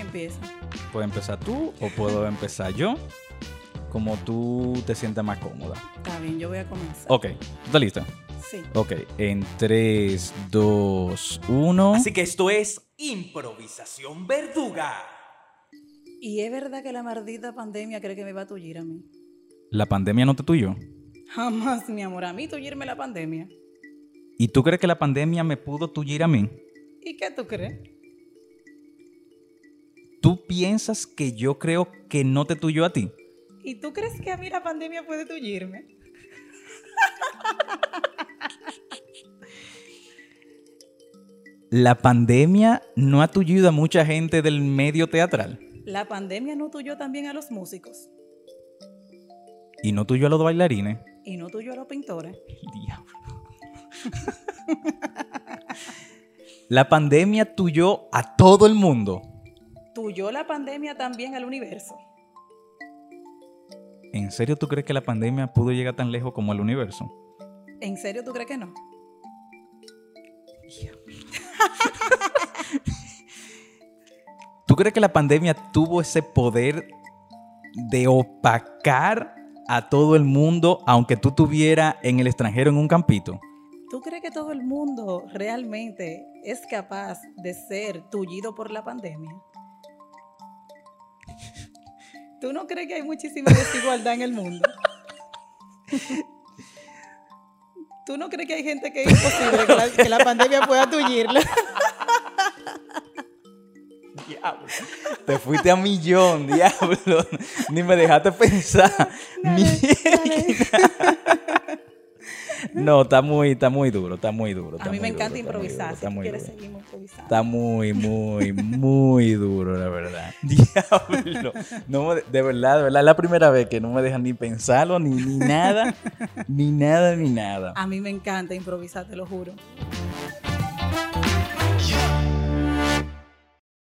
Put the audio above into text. empieza? Puede empezar tú o puedo empezar yo, como tú te sientas más cómoda. Está bien, yo voy a comenzar. Ok, ¿estás lista? Sí. Ok, en 3, 2, 1. Así que esto es improvisación verduga. Y es verdad que la maldita pandemia cree que me va a tullir a mí. La pandemia no te tuyó. Jamás, mi amor, a mí tullirme la pandemia. ¿Y tú crees que la pandemia me pudo tullir a mí? ¿Y qué tú crees? ¿Tú piensas que yo creo que no te tuyó a ti? ¿Y tú crees que a mí la pandemia puede tullirme? La pandemia no ha tullido a mucha gente del medio teatral La pandemia no tuyó también a los músicos y no tuyó a los bailarines. y no tuyó a los pintores. Diablo. la pandemia tuyó a todo el mundo. Tuyó la pandemia también al universo. ¿En serio tú crees que la pandemia pudo llegar tan lejos como el universo? ¿En serio tú crees que no? ¿Tú crees que la pandemia tuvo ese poder de opacar a todo el mundo aunque tú tuvieras en el extranjero en un campito? ¿Tú crees que todo el mundo realmente es capaz de ser tullido por la pandemia? ¿Tú no crees que hay muchísima desigualdad en el mundo? ¿Tú no crees que hay gente que es imposible que la, que la pandemia pueda tullirla? Diablo. Te fuiste a millón, diablo. Ni me dejaste pensar. Mierda. No, está muy, está muy duro, está muy duro. A está mí me muy duro, encanta está muy duro, improvisar. Si Está tú muy quieres duro. seguimos improvisando. Está muy, muy, muy duro, la verdad. Diablo. No, me- de verdad, de verdad, es la primera vez que no me dejan ni pensarlo, ni, ni nada, ni nada, ni nada. A mí me encanta improvisar, te lo juro. Yeah.